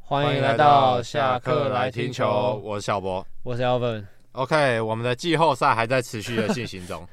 欢迎来到下课来听球，我是小博。我是 Alvin。 OK，我们的季后赛还在持续的进行 中。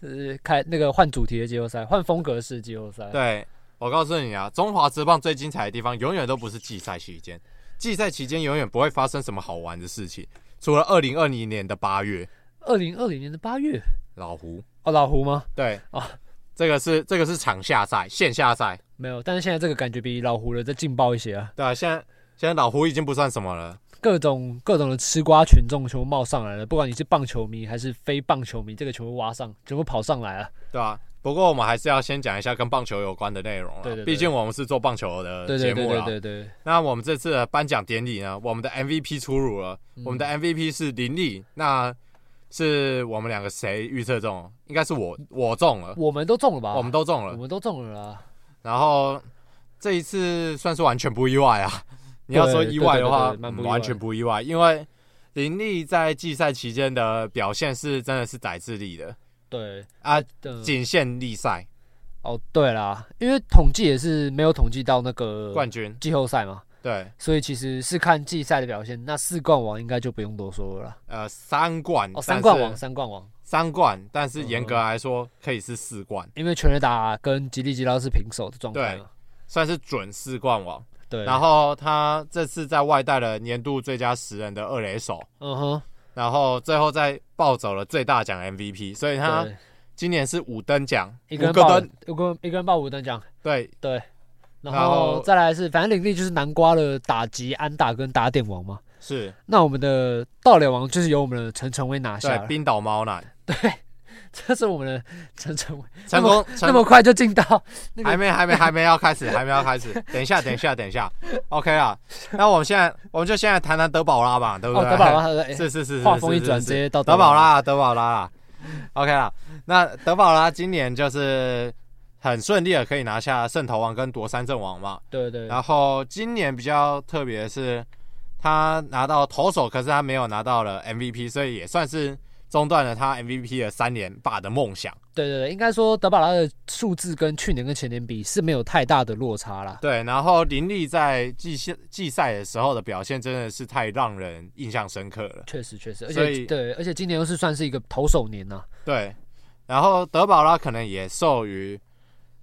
这是开那个换主题的季后赛，换风格式季后赛。对，我告诉你啊，中华职棒最精彩的地方，永远都不是季赛期间，季赛期间永远不会发生什么好玩的事情，除了二零二零年的八月，二零二零年的八月，老胡。哦，老胡吗？对啊，这个是这个是场下赛，线下赛。没有，但是现在这个感觉比老胡的再劲爆一些啊！对啊，现在现在老胡已经不算什么了。各种各种的吃瓜群众全部冒上来了，不管你是棒球迷还是非棒球迷，这个全部挖上，全部跑上来啊！对啊，不过我们还是要先讲一下跟棒球有关的内容了。对对对毕竟我们是做棒球的对对节对目对了。对对，那我们这次的颁奖典礼呢，我们的 MVP 出炉了。嗯我们的 MVP 是林立，那是我们两个谁预测中了？应该是我，我中了，我们都中了吧？我们都中我了。们都中了啊！然后这一次算是完全不意 外啊。你要说意外的对话，对对对蛮嗯不意外完全不意外，因为林立在季赛期间的表现是真的是宰智力的对啊，的仅限例赛哦，对啦，因为统计也是没有统计到那个冠军。季后赛嘛，对，所以其实是看季赛的表现。那四冠王应该就不用多说了啦。呃，三冠，哦，但三冠是王，三冠王，三冠，但是严格嗯来说可以是四冠，因为全垒打跟吉利吉拉是平手的状态嘛。算是准四冠王。对，然后他这次在外带了年度最佳十人的二垒手，嗯哼，然后最后再抱走了最大奖 MVP，所以他对，今年是五登奖，一五个个人爆登，一个一个人爆五等奖，对然然后后再来是反正林立就是南瓜了打击安打跟打点王嘛。是，那我们的盗垒王就是由我们的陈晨威拿下对 了，冰岛猫男对，这是我们的陈晨威，成功，那成么功，快就进到那个还没 还没还没要开始，还没要开始，等一下等一下等一下，OK 啊，那我们现在我们就现在谈谈德保拉吧，对不哦，对？德保拉，哎 是是是是，话锋一是转，是直接到德保拉，德保拉啦，OK 啦。那德保拉今年就是很顺利的可以拿下圣头王跟夺三阵王嘛。对对，然后今年比较特别的是，他拿到投手，可是他没有拿到了 MVP，所以也算是中断了他 MVP 的三连霸的梦想。对对对，应该说德保拉的数字跟去年跟前年比是没有太大的落差啦。对，然后林立在季赛季赛的时候的表现真的是太让人印象深刻了。确实确实，而所且以对，而且今年又是算是一个投手年呐、对，然后德保拉可能也受于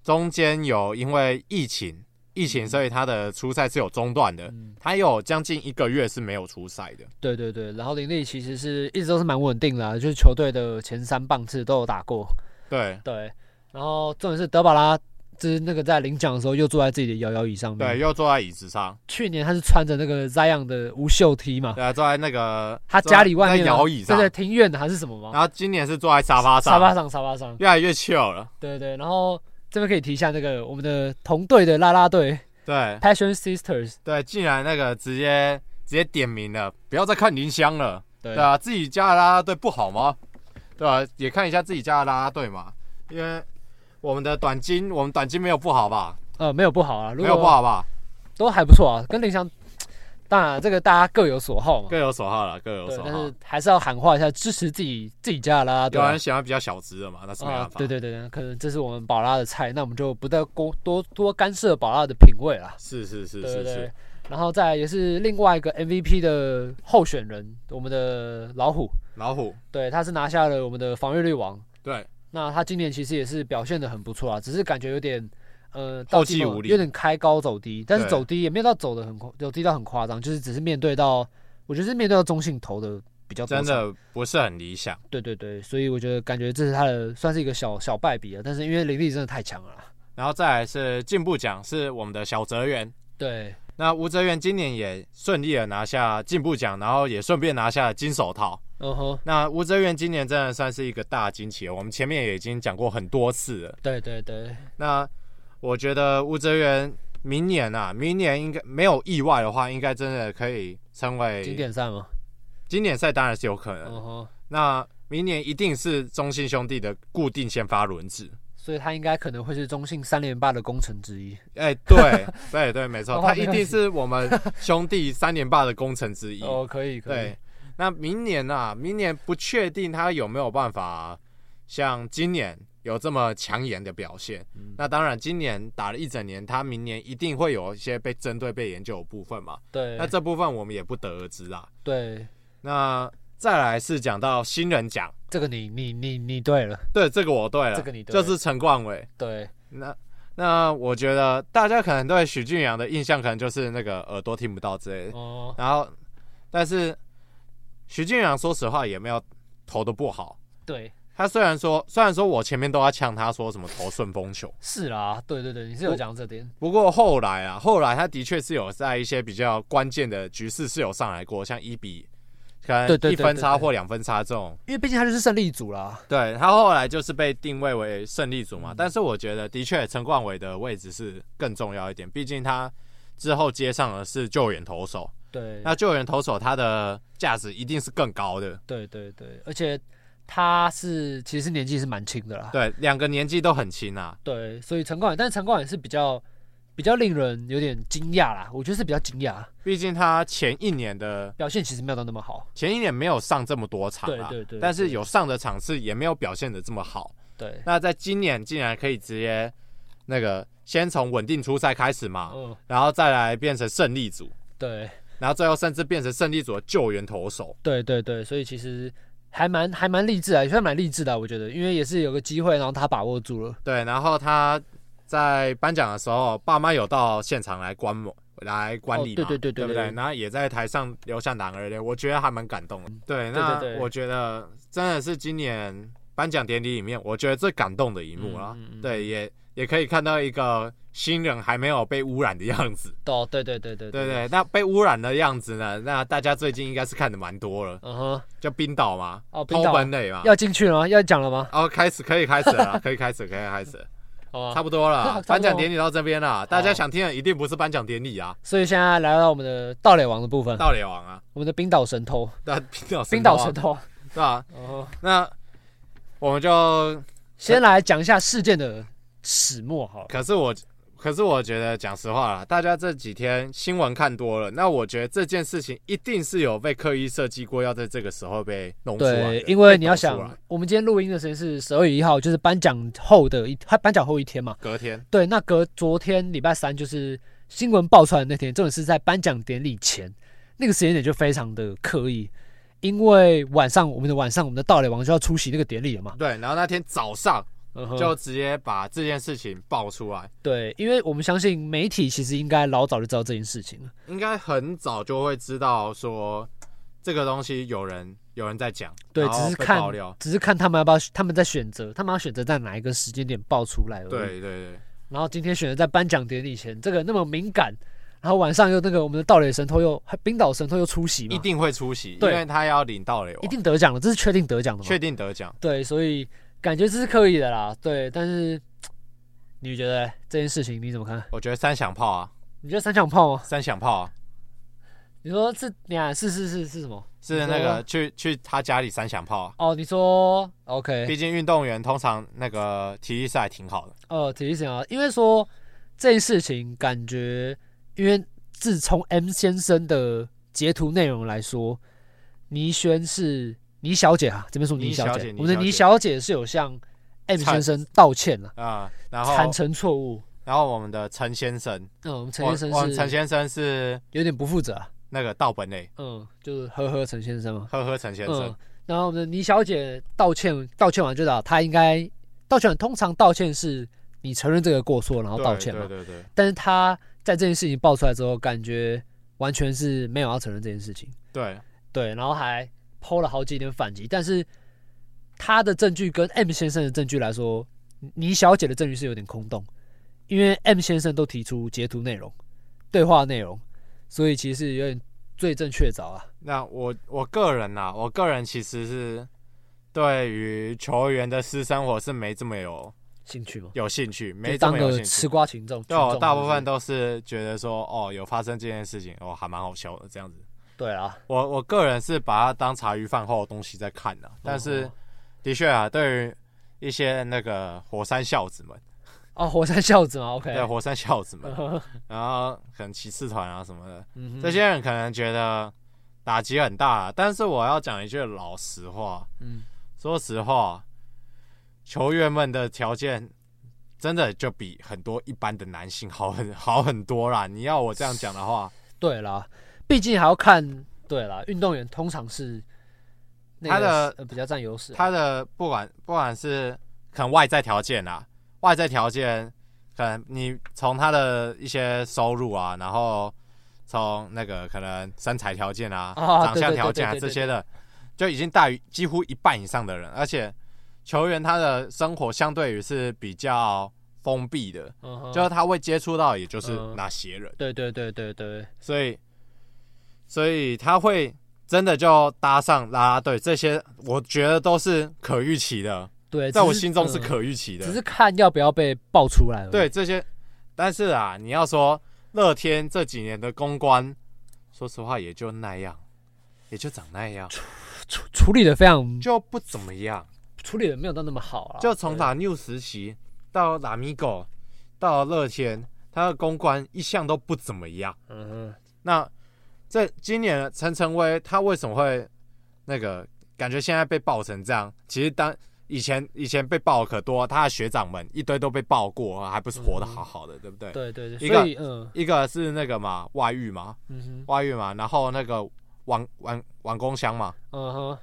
中间有因为疫情，疫情所以他的出赛是有中断的，嗯，他有将近一个月是没有出赛的。对对对，然后林立其实是一直都是蛮稳定的、啊，就是球队的前三棒次都有打过。对对，然后重点是德保拉。就是那个在领奖的时候又坐在自己的摇摇椅上面。对，，又坐在椅子上，去年他是穿着那个 Zion 的无袖 T 嘛，对啊，坐在那个他家里外面在啊摇椅上，对对，庭院的还是什么吗？然后今年是坐在啊沙发上，哦沙发上，沙发上。越来越 chill 了。对对，然后这边可以提一下那个我们的同队的啦啦队对 Passion Sisters，对，竟然那个直接直接点名了，不要再看林香了。对对啊，自己家的啦啦队不好吗？对吧、也看一下自己家的啦啦队嘛，因为我们的短金，我们短金没有不好吧？呃，没有不好啊，如没有不果好吧？都还不错啊，跟林翔，当然这个大家各有所好嘛，各有所好了，各有对所，但好是。还是要喊话一下，支持自己自己家的啦啦队有啊人喜欢比较小资的嘛，那是没办啊，法。对，对对对，可能这是我们宝拉的菜，那我们就不再多多多干涉宝拉的品味啦，是是是对对是对是，。然后再来也是另外一个 MVP 的候选人，我们的老虎，老虎对，他是拿下了我们的防御率王，对那他今年其实也是表现的很不错啊，只是感觉有点呃后到继季末无力有点开高走低，但是对走低也没有到走的很夸，有低到很夸张，就是只是面对到我觉得是面对到中性投的比较多真场，的不是很理想。对对对，所以我觉得感觉这是他的算是一个小小败笔啊，但是因为林立真的太强了啦，然后再来是进步奖，是我们的小泽源。对那吴泽源今年也顺利的拿下进步奖，然后也顺便拿下了金手套。嗯哼，那吴泽源今年真的算是一个大惊奇了，我们前面也已经讲过很多次了。对对对，那我觉得吴泽源明年啊，明年应该没有意外的话，应该真的可以成为经典赛嘛，经典赛，当然是有可能。嗯哼，那明年一定是中信兄弟的固定先发轮 值。所以他应该可能会是中信三连霸的功臣之一，哎、对对对，没错，哦他没一关定系是我们兄 弟三连霸的功臣之一。哦，可以可以对，，那明年啊，明年不确定他有没有办法像今年有这么抢眼的表现。嗯那当然，今年打了一整年，他明年一定会有一些被针对、被研究的部分嘛。对那这部分我们也不得而知啦。对，那再来是讲到新人奖，这个你你你你对了，对这个我对了，这个你对就了是陈冠伟。对那那我觉得大家可能对许俊阳的印象可能就是那个耳朵听不到之类的，哦，然后但是许俊阳说实话也没有投的不好。对他虽然说虽然说我前面都要呛他说什么投顺风球，是啦，对对对，你是有讲这点，不过后来啊后来他的确是有在一些比较关键的局势是有上来过，像一比可对能对一对分对差对或两分差这种因为毕竟他就是胜利组啦，对他后来就是被定位为胜利嗯组嘛，但是我觉得的确陈冠伟的位置是更重要一点，毕竟他之后接上的是救援投手，对那救援投手他的价值一定是更高的。对对对，而且他是其实年纪是蛮轻的啦，对，两个年纪都很轻啊，对，所以陈冠伟，但是陈冠伟是比较比较令人有点惊讶啦，我觉得是比较惊讶，毕竟他前一年的表现其实没有到那么好，前一年没有上这么多场啊，对对对但是对有上的场次也没有表现的这么好。对，那在今年竟然可以直接那个先从稳定初赛开始嘛，嗯，然后再来变成胜利组，对然后最后甚至变成胜利组的救援投手。对对对，所以其实还蛮还蛮励志啊，也算蛮励志的啊、我觉得，因为也是有个机会，然后他把握住了，对，然后他在颁奖的时候，爸妈有到现场来观摩。来观礼嘛、哦对对对对不对对？然后也在台上留下男儿泪，我觉得还蛮感动的。对，那嗯对对我觉得真的是今年颁奖典礼里面，我觉得最感动的一幕啦。嗯嗯嗯对，也也可以看到一个新人还没有被污染的样子。哦，对对对对对对，那被污染的样子呢？那大家最近应该是看的蛮多了，嗯哼，就冰岛嘛，哦，冰偷岛本垒嘛。要进去了吗？要讲了吗？哦，开始可以开始了，可以开始，可以开始了。好啊吧差不多差了不，多颁奖典礼到这边了，大家想听的一定不是颁奖典 礼啊，所以现在来到我们的盗垒王的部分，盗垒王啊， 我们的冰岛神偷，那冰岛冰岛神神偷啊偷。对吧？哦，那我们就，先来讲一下事件的始末好了。可是我，可是我觉得讲实话啦，大家这几天新闻看多了，那我觉得这件事情一定是有被刻意设计过，要在这个时候被弄出来的。啊对，啊因为被你要搞出来想，我们今天录音的时间是十二月一号，就是颁奖后的一，他颁奖后一天嘛。隔天，对，那隔昨天礼拜三就是新闻爆出来的那天，重点是在颁奖典礼前，那个时间点就非常的刻意，因为晚上我们的晚上我们的盗垒王就要出席那个典礼了嘛。对，然后那天早上嗯哼就直接把这件事情爆出来，对，因为我们相信媒体其实应该老早就知道这件事情了。应该很早就会知道说这个东西有人有人在讲，对，然后只是被看爆料。只是看他们要不要，他们在选择，他们要选择在哪一个时间点爆出来而已。对对对，然后今天选择在颁奖典礼前，这个那么敏感，然后晚上又那个我们的盗垒神偷又冰岛神偷又出席嘛，一定会出席，因对为他要领到了，啊一定得奖了，这是确定得奖的确吗？定得奖。对，所以感觉这是刻意的啦。对，但是你觉得这件事情你怎么看？我觉得三响炮啊，你觉得三响炮吗？三响炮啊，你说是，你啊，是是是是什么？是那个去去他家里三响炮啊。哦，你说 OK，毕竟运动员通常那个体育赛挺好的，呃，体育生啊，因为说这件事情感觉，因为自从 M 先生的截图内容来说，倪轩是倪小姐啊，这边说倪倪小小姐姐，倪我们小的倪姐小姐是有向 M 惨先生道歉了、啊。然后坦诚错误。然后我们的陈先生，嗯，我们陈我先我生们陈是先生是有点不负责、啊，那个道本类，嗯，就是呵呵陈先生嘛，呵呵陈先生嗯，，然后我们的倪小姐道歉，道歉完就打，她应该道歉完，通常道歉是你承认这个过错，然后对道歉嘛对，对对但是他在这件事情爆出来之后，感觉完全是没有要承认这件事情，对，对，然后还剖了好几点反击，但是他的证据跟 M 先生的证据来说，倪小姐的证据是有点空洞，因为 M 先生都提出截图内容、对话内容，所以其实有点罪证确凿啊。那我我个人呐、我个人其实是对于球员的私生活是没这么有兴趣吗？有兴趣，就没这当么有个兴吃趣。瓜群众，对啊群我众大是不部是分都是觉得说，哦，有发生这件事情，哦，还蛮好笑的这样子。对啊，我我个人是把它当茶余饭后的东西在看的、但是哦的确啊，对于一些那个火山孝子们，哦，火山孝子嘛，OK，对火山孝子们嗯，哼然后可能骑士团啊什么的， 嗯哼这些人可能觉得打击很大，但是我要讲一句老实话，嗯说实话，球员们的条件真的就比很多一般的男性好很好很多啦。你要我这样讲的话，对啦，毕竟还要看对啦，运动员通常是那个他的呃比较占优势啊，他的不管不管是可能外在条件啊，外在条件，可能你从他的一些收入啊，然后从那个可能身材条件啊、啊长相条件啊对对对对这对些的，就已经大于几乎一半以上的人，而且球员他的生活相对于是比较封闭的，嗯哼就是他会接触到也就是嗯那些人。对对对对对，所以，所以他会真的就搭上啦啦队，这些我觉得都是可预期的，对，在哎只我心中是、可预期嗯的。只是看要不要被爆出来而已。对这些，但是啊，你要说乐天这几年的公关，说实话也就那样，也就长那样，处处理的非常就不怎么样。处理的没有到那么好啊，就从对打 New 时期到拉米狗，到乐天，他的公关一向都不怎么样。嗯哼那这今年陈晨威他为什么会那个感觉现在被爆成这样？其实当以前以前被爆可多，他的学长们一堆都被爆过，还不是嗯活得好好的，对不对？对对对，一个所以嗯一个是那个嘛外遇嘛，嗯哼外遇嘛，然后那个王王王公香嘛，嗯哼，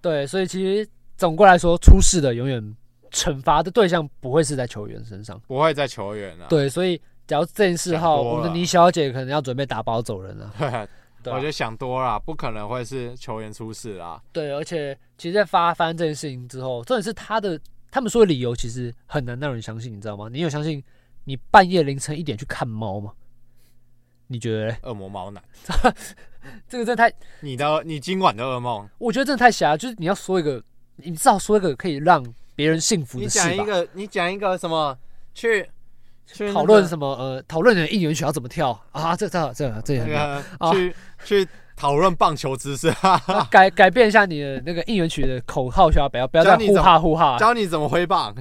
对，所以其实总过来说，出事的永远惩罚的对象不会是在球员身上。不会在球员了、对，所以假如这件事啊想后，多我们的了倪小姐可能要准备打包走人了。 对，对啊、我就想多了，不可能会是球员出事啊。对，而且其实，在发翻这件事情之后，重点是他的他们说的理由其实很难让人相信，你知道吗？你有相信你半夜凌晨一点去看猫吗？你觉得嘞？恶魔猫男， 这个真的太，你的你今晚的噩梦，我觉得真的太狭隘，就是你要说一个，你至少说一个可以让别人幸福你的事讲一吧。个你讲一个什么去去那个讨论什么？呃，讨论你的应援曲要怎么跳啊？这这这这也很妙。那啊个去、去讨论棒球啊知识， 哈哈那改改变一下你的那个应援曲的口号，需要不要不要再教你怎呼么哈呼哈？教你怎么挥棒，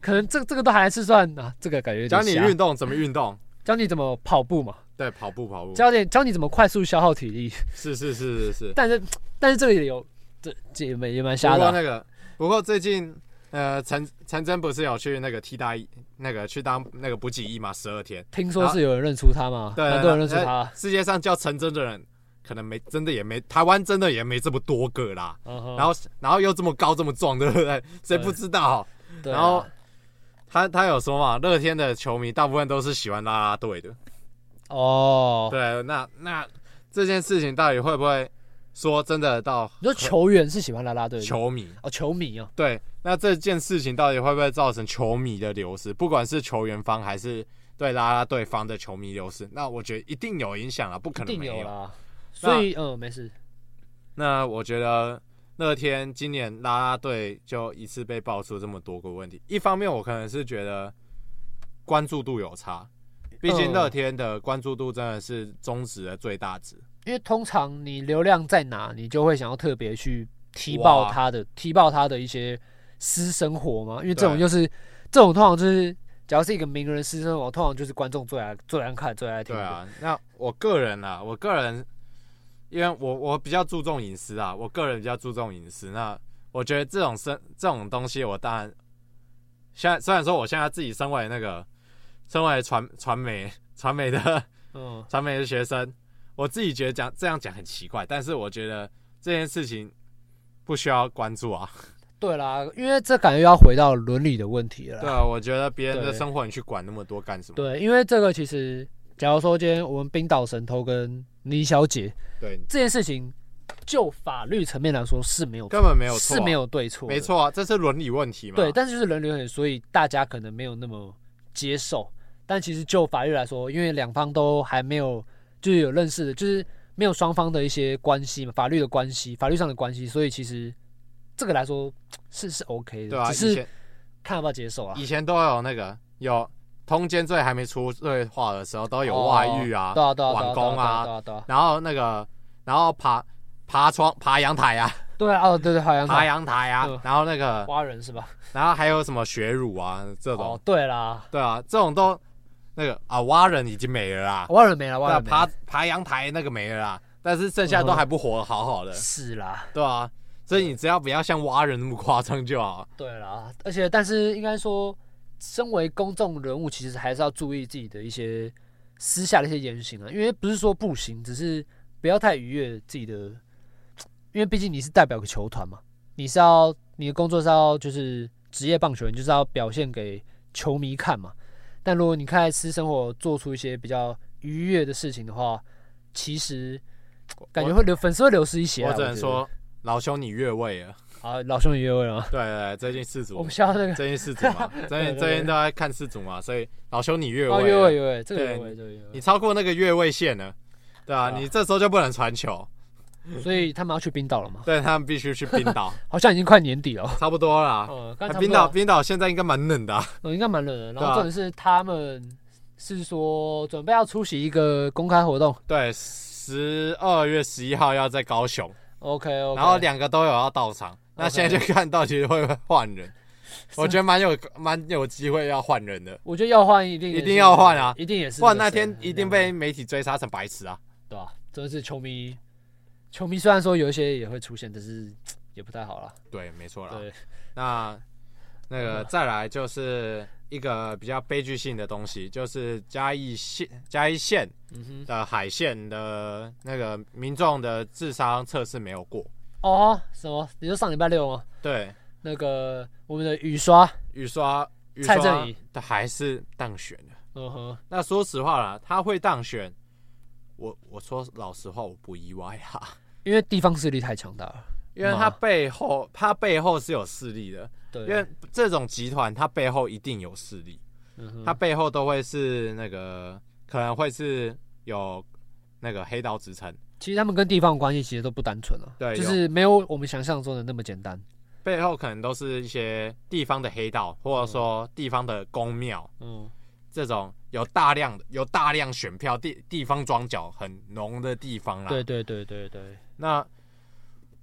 可能这这个都还是算啊，这个感觉有点教你瞎运动怎么运动，教你怎么跑步嘛，对，跑步跑步，教你教你怎么快速消耗体力。是是是是是。但是但是这个也有这这也蛮也蛮不瞎的过啊、那个，不过最近呃，陈陈真不是有去那个替代役那个去当那个补给役嘛，十二天，听说是有人认出他嘛，对，蛮多人认出呃他啊。世界上叫陈真的人，可能没真的也没台湾真的也没这么多个啦。嗯哼然后，然后又这么高这么壮，对不对？谁不知道？对啊然后他他有说嘛，乐天的球迷大部分都是喜欢啦啦队的。哦，对，那那这件事情到底会不会说真的到你说球员是喜欢啦啦队的球迷？哦，球迷哦，对，那这件事情到底会不会造成球迷的流失？不管是球员方还是对啦啦队方的球迷流失，那我觉得一定有影响了，啊不可一能定没有啊啦。所以嗯，没事。那我觉得乐天今年啦啦队就一次被爆出这么多个问题，一方面我可能是觉得关注度有差，毕嗯竟乐天的关注度真的是中职的最大值。因为通常你流量在哪，你就会想要特别去踢爆哇他的踢爆他的一些私生活嘛。因为这种对就是这种通常就是，只要是一个名人的私生活，通常就是观众最爱最爱看最爱听对的。啊，那我个人啊，我个人，因为我我比较注重隐私啊，我个人比较注重隐私。那我觉得这种生这种东西，我当然现在虽然说我现在自己身为那个身为传传媒传媒的嗯，传媒的学生，我自己觉得讲这样讲很奇怪，但是我觉得这件事情不需要关注啊。对啦，因为这感觉又要回到伦理的问题了对啦。啊，我觉得别人的对生活你去管那么多干什么？对，因为这个其实，假如说今天我们冰岛神偷跟李小姐对，这件事情，就法律层面来说是没有根本没有错啊、是没有对错的，没错啊，这是伦理问题嘛？对，但是就是人流很，所以大家可能没有那么接受。但其实就法律来说，因为两方都还没有就是有认识的，就是没有双方的一些关系嘛，法律的关系，法律上的关系，所以其实这个来说是是 OK 的，对啊，只以是前看要不要接受啊。以前都有那个有通奸罪还没出罪化的时候，都有外遇啊，哦对啊对啊，对网啊工啊对啊对啊，然后那个然后爬爬窗爬阳台啊，对啊对啊，哦对对，好像爬是阳台啊，嗯然后那个挖人是吧？然后还有什么学乳啊这种，哦，对啦，对啊，这种都那个啊蛙人已经没了啦，挖人没了，哦对挖啊，人没了嗯爬爬阳台那个没了啦，但是剩下都还不活得好好的，是啦，对啊，所以你只要不要像蛙人那么夸张就 好。对啦，而且但是应该说，身为公众人物，其实还是要注意自己的一些私下的一些言行啊，因为不是说不行，只是不要太逾越自己的，因为毕竟你是代表个球团嘛，你是要你的工作是要就是职业棒球员，就是要表现给球迷看嘛。但如果你看私生活做出一些比较愉悦的事情的话，其实感觉会流粉丝会流失一些、啊。我我只能觉得说，老兄你越位了。啊，老兄也有了啊，对对对，最近四组我们，需要 那个最近四组嘛，对最对近对最近都在看四组嘛，所以老兄你越哦，位越了位，越位，这个越对位，这个越位你。超过那个越位线了，对啊，对啊你这时候就不能传球，所以他们要去冰岛了嘛？对他们必须去冰 岛，好像已经快年底了 哦。差不多啦。啊哦，刚才差不冰多岛了冰岛现在应该蛮冷的啊，哦应该蛮冷的。然对后啊重点是他们是说准备要出席一个公开活动。对，十二月十一号要在高雄， OK OK。然后两个都有要到场，那现在就看到底会不会换人，我觉得蛮有蛮有机会要换人的，我觉得要换一定也一是定要换啊一定也是。不然那天一定被媒体追杀成白痴啊。对吧？真的是球迷，球迷虽然说有一些也会出现，但是也不太好了。对，没错啦。对，那那个再来就是一个比较悲剧性的东西，就是嘉义县嘉义县嗯哼。的海线的那个民众的智商测试没有过。哦，什么？你说上礼拜六吗？对，那个我们的雨刷，雨刷雨蔡刷正宇他还是当选了。嗯哼，那说实话啦，他会当选，我我说老实话，我不意外啊，因为地方势力太强大了。因为嘛他背后他背后是有势力的，对，因为这种集团他背后一定有势力。嗯哼它背后都会是那个，可能会是有那个黑道支撑。其实他们跟地方的关系其实都不单纯啊，对就是没有我们想象中的那么简单。背后可能都是一些地方的黑道，或者说地方的公庙嗯，这种有大量的有大量选票地地方庄脚很浓的地方啦。对，对对对对，那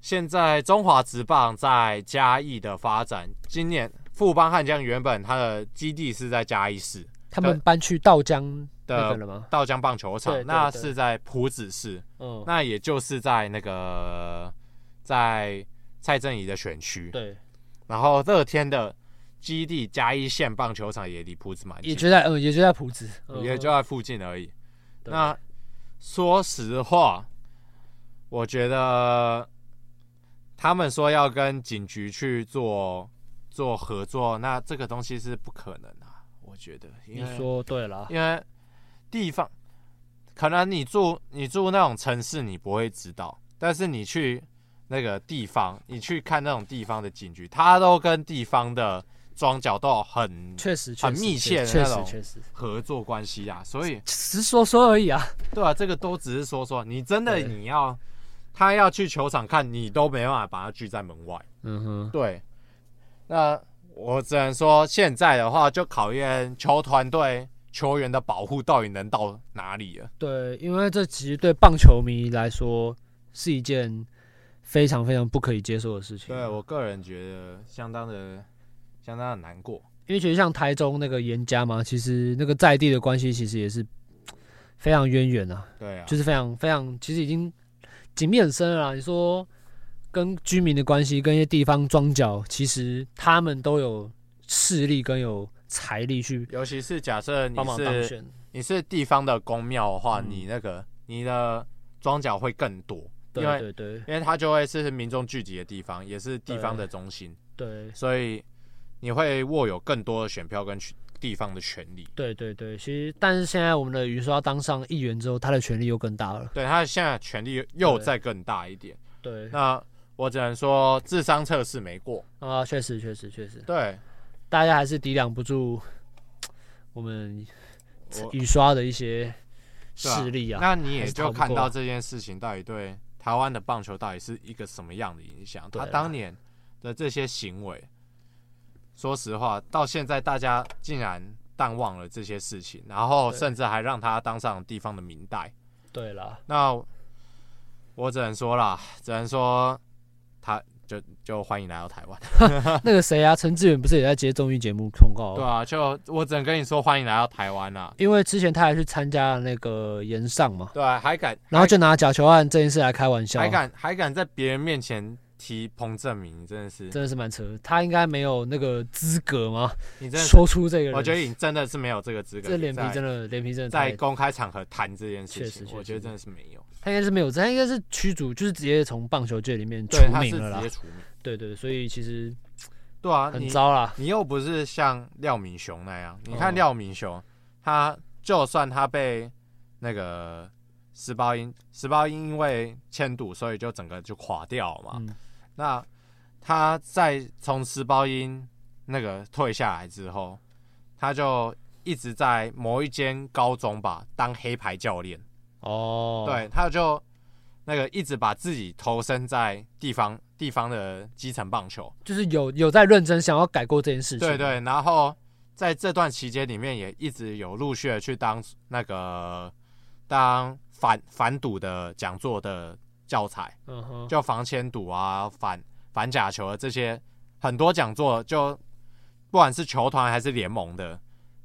现在中华职棒在嘉义的发展，今年富邦悍将原本它的基地是在嘉义市他们搬去道江那个的了吗？道江棒球对场，对那对是在埔子市。嗯，那也就是在那个在蔡正仪的选区，对，然后乐天的基地嘉义县棒球场也离埔子蛮也近，就在嗯，也就在埔子，嗯也就在附近而已。对那说实话，我觉得他们说要跟警局去做做合作，那这个东西是不可能啊，我觉得。因你为说对了，因为地方可能你住你住那种城市，你不会知道，但是你去那个地方，你去看那种地方的警局，它都跟地方的庄脚都有很确实很确实密切的确那实种确实，合作关系啊，所以只是说说而已啊。对啊，这个都只是说说，你真的对你要他要去球场看，你都没办法把他拒在门外。嗯哼，对，那我只能说，现在的话就考验球团对球员的保护到底能到哪里了。对，因为这其实对棒球迷来说是一件非常非常不可以接受的事情。对我个人觉得相当的相当的难过。因为其实像台中那个严家嘛，其实那个在地的关系其实也是非常渊源啊。对啊，就是非常非常，其实已经紧密很深了啦。你说跟居民的关系，跟一些地方庄脚，其实他们都有势力跟有财力去尤其是假设你帮忙当是选。你是地方的公庙的话，嗯你那个你的庄脚会更多，对因为对对因为它就会是民众聚集的地方，也是地方的中心，对所以你会握有更多的选票跟去地方的权利。对对对，其实但是现在我们的雨刷当上议员之后，他的权力又更大了。对他现在的权力又对再更大一点。对那我只能说智商测试没过。啊，确实确实确实，对，大家还是抵挡不住我们我雨刷的一些对啊势力啊。那你也还是就逃不看过到这件事情到底对台湾的棒球到底是一个什么样的影响。对他啊当年的这些行为，说实话，到现在大家竟然淡忘了这些事情，然后对甚至还让他当上地方的明代。对啦，那我只能说啦，只能说他就就欢迎来到台湾。那个谁啊，陈志远不是也在接综艺节目通告？对啊，就我只能跟你说欢迎来到台湾啦、因为之前他还去参加了那个演上嘛，对啊，还敢，然后就拿假球案这件事来开玩笑还，敢还敢在别人面前提彭正明，你真的是，真的是蛮扯的。他应该没有那个资格吗？你真的是，说出这个人，我觉得你真的是没有这个资格。这脸皮在真的脸皮真的在太，公开场合谈这件确事实情，确我觉得实真的是没有，他应该是没有，他应该是驱逐，就是直接从棒球界里面除对，他是名了直啦接。除名。对对，对所以其实对啊，很你糟啦。你又不是像廖敏雄那样，你哦看廖敏雄，他就算他被那个石包英，石包英因为迁赌，所以就整个就垮掉嘛。嗯那他在从石包英那个退下来之后，他就一直在某一间高中吧当黑牌教练，哦，对，他就那个一直把自己投身在地方地方的基层棒球。就是有有在认真想要改过这件事情。对，对，然后在这段期间里面，也一直有陆续的去当那个当反反赌的讲座的教材，嗯哼，就防铅赌啊、反反假球啊的这些很多讲座，就不管是球团还是联盟的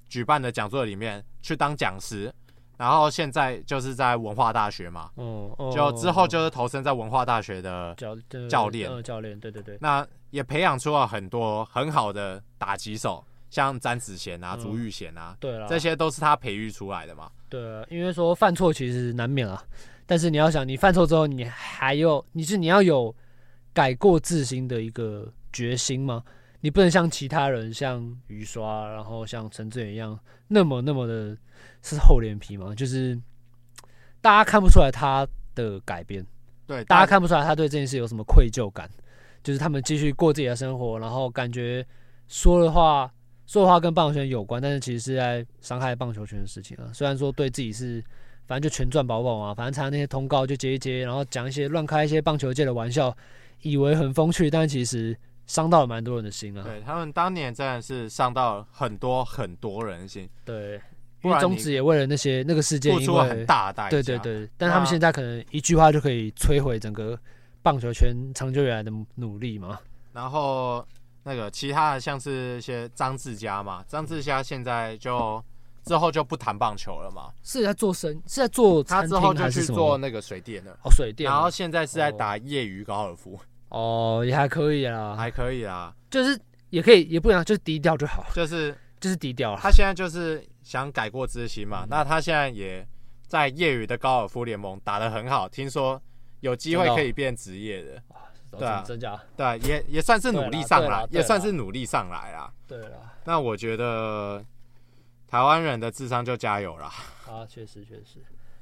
举办的讲座里面去当讲师，然后现在就是在文化大学嘛，哦哦，就之后就是投身在文化大学的教对教练呃教练，对对对，那也培养出了很多很好的打击手，像詹子贤啊、嗯朱玉贤啊，对啦，这些都是他培育出来的嘛。对啊，因为说犯错其实难免啊，但是你要想，你犯错之后，你还有你是你要有改过自新的一个决心嘛，你不能像其他人，像雨刷，然后像陈志远一样，那么那么的是厚脸皮嘛，就是大家看不出来他的改变，对，大家但看不出来他对这件事有什么愧疚感，就是他们继续过自己的生活，然后感觉说的话说的话跟棒球圈有关，但是其实是在伤害棒球圈的事情啊。虽然说对自己是反正就全赚饱饱啊，反正查那些通告就接一接，然后讲一些乱开一些棒球界的玩笑，以为很风趣，但其实伤到了蛮多人的心啊。对他们当年真的是上到很多很多人心，对，不因为然中你职也为了那些那个事件，付因出了很为大的代价。对对对，但他们那现在可能一句话就可以摧毁整个棒球圈长久以来的努力嘛。然后那个其他的像是一些张志佳嘛，张志佳现在就之后就不谈棒球了嘛，是在做生，是在做他餐之后厅就还去是什做么？那个水电了。哦，水电啊。然后现在是在打业余高尔夫，哦，也还可以啦，还可 以啦。就是也可以，也不能就是低调就好，就是就是低调啦。他现在就是想改过自新嗯嘛，那他现在也在业余的高尔夫联盟打得很好，听说有机会真的哦可以变职业的，对啊真假？对，也也算是努力上对啦对啦，来对也啦算是努力上来啦。对啦，那我觉得台湾人的智商就加油啦。啊，确实确实。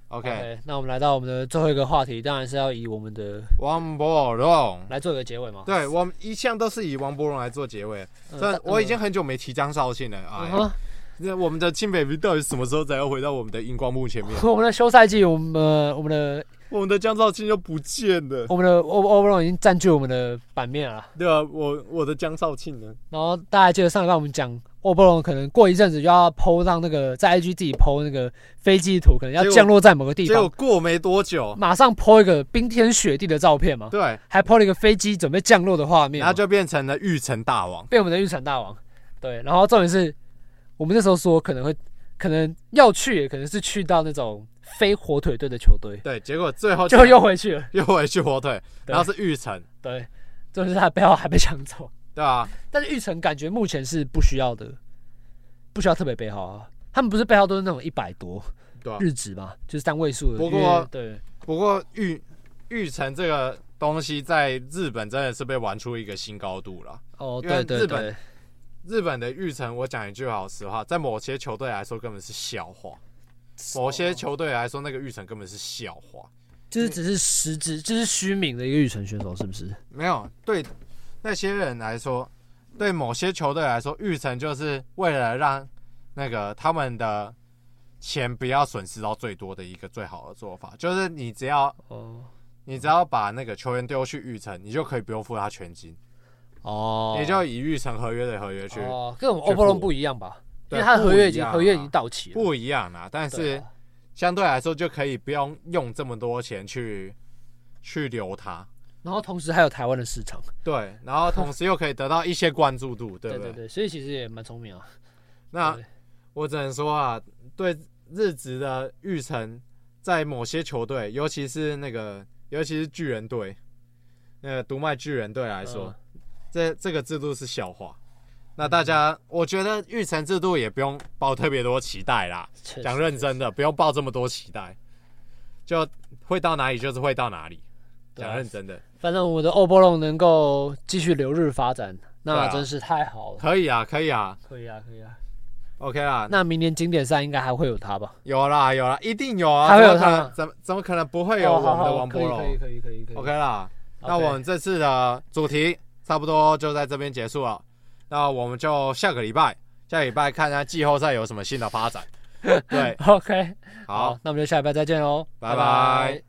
OK，那我们来到我们的最后一个话题，当然是要以我们的王博荣，来做一个结尾嘛。对我们一向都是以王博荣来做结尾，嗯但但我已经嗯很久没提张绍庆了嗯啊。哼那我们的庆北 y 到底什么时候才要回到我们的荧光幕前面？我们的休赛季，我们呃我们的我们的江绍庆又不见了。我们的 o v e r 已经占据我们的版面了啦。对啊，我我的江少庆呢？然后大家记得上礼拜我们讲沃伯龙可能过一阵子就要 PO 上那个在 IG 自己 PO 那个飞机图，可能要结果降落在某个地结果方，过没多久，马上 PO 一个冰天雪地的照片嘛，对，还 PO 了一个飞机准备降落的画面嘛，然后就变成了玉成大王。被我们的预产大王。对，然后重点是我们那时候说可能会可能要去，也可能是去到那种非火腿队的球队，对，结果最后就又回去了。又回去火腿，对然后是玉成，对，重点是他背后还被抢走， 对啊，但是玉成感觉目前是不需要的，不需要特别背号啊。他们不是背号都是那种一百多，对啊。日值嘛，就是单位数的。不过因为对不过玉玉成这个东西在日本真的是被玩出一个新高度了。哦，因为对对日本对，日本的玉成，我讲一句好实话，在某些球队来说根本是笑话，某些球队来说那个玉成根本是笑话。就是只是实质，就是虚名的一个预成选手，是不是？没有，对那些人来说，对某些球队来说，育成就是为了让那个他们的钱不要损失到最多的一个最好的做法，就是你只要哦你只要把那个球员丢去育成，你就可以不用付他全金，哦，也就以育成合约的合约去、哦，跟我们去 OPPO 付不一样吧？因对为他的合约已不一经样啊合约已经到期了，不一样啊，但对是啊相对来说就可以不用用这么多钱去去留他。然后同时还有台湾的市场，对，然后同时又可以得到一些关注度，对对不对对，所以其实也蛮聪明啊。那对我只能说啊，对日职的育成，在某些球队，尤其是那个，尤其是巨人队，那个独卖巨人队来说，嗯这这个制度是笑话。那大家，我觉得育成制度也不用抱特别多期待啦。确讲实认真的，不用抱这么多期待，就会到哪里就是会到哪里。对啊讲认真的，反正我们的欧波龙能够继续留日发展，对那啊真是太好 了。可以啊，可以啊可以啊，可以啊。 ，OK 啦，那明年经典赛应该还会有他吧？有啦有啦，一定有啊，还会有怎么可他能吗怎么怎么可能不会会有我们的王哦可博以龙可以可以可以可以。 ？OK 啦，那我们这次的主题差不多就在这边结束了，那我们就下个礼拜，下个礼拜看看季后赛有什么新的发展。对， OK，好，那我们就下礼拜再见喽，拜拜